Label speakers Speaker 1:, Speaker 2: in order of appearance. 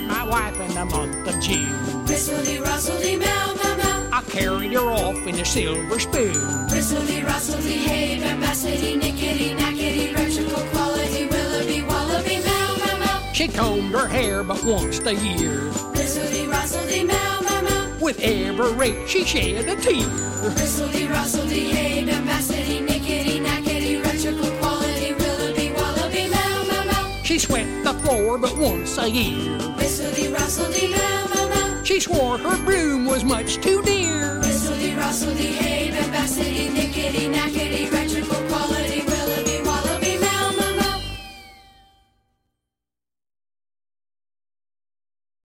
Speaker 1: in the month of June.
Speaker 2: Bristly, rustly, meow, meow, meow.
Speaker 1: I carried her off in a silver spoon.
Speaker 2: Bristly, rustly, hey, verbacity, nickety, knackety, retrical quality, willoughby, wallaby, meow, meow, meow.
Speaker 1: She combed her hair but once a year.
Speaker 2: Bristly, rustly, meow, meow, meow.
Speaker 1: With every rake she shed a tear.
Speaker 2: Bristly, rustly, hey, verbacity, nickety, knackety, retrical quality, willoughby, wallaby, meow, meow, meow.
Speaker 1: She swept the floor but once a year.
Speaker 2: Bristly, rustly, meow, meow, meow.
Speaker 1: She swore her broom was much too dear.
Speaker 2: Bristly, rustly, hey, verbacity, nickety, knackety, retrical